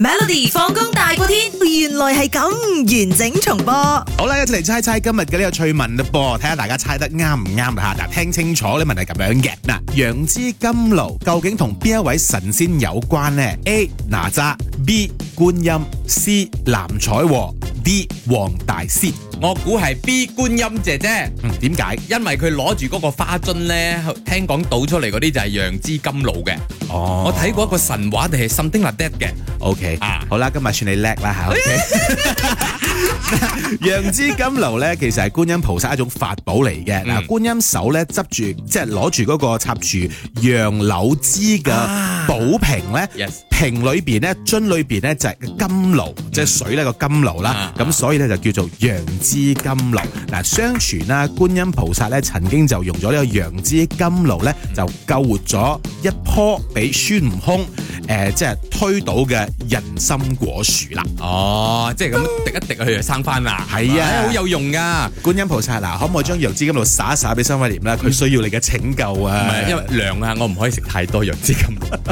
Melody 放工大過天，原來係咁完整重播。好啦，一齊嚟猜猜今日嘅呢個趣聞啦噃，睇下大家猜得啱唔啱啦吓。嗱，聽清楚呢問題咁樣嘅。嗱，楊枝甘露究竟同邊一位神仙有關呢？A. 哪吒，B. 觀音，C. 藍采和，D. 黃大仙。我估係 B 觀音姐姐，嗯，點解？因為佢攞住嗰個花樽呢，聽講倒出嚟嗰啲就係楊枝甘露嘅。哦我睇過一個神話定係 something like that 嘅。 OK，啊好啦，今日算你叻啦吓。OK 楊枝甘露咧，其實係觀音菩薩一種法寶嚟嘅。嗱、嗯觀音手咧執住，即係攞住嗰個插住楊柳枝嘅啊寶瓶咧。 Yes，瓶裏邊咧，樽裏邊咧就係甘露，嗯即係水呢個甘露啦啊。咁所以咧就叫做楊枝甘露。嗱，相傳啦，觀音菩薩咧曾經就用咗呢個楊枝甘露咧，就救活咗一棵俾孫悟空誒、呃即係推倒嘅人參果樹啦。哦，即係咁滴一滴佢就生翻啦。嗯係啊哎好有用㗎。觀音菩薩嗱，可唔可以將楊枝甘露灑一灑俾三位廉啦？佢需要你嘅拯救唔啊！係，因為涼啊，我唔可以食太多楊枝甘露，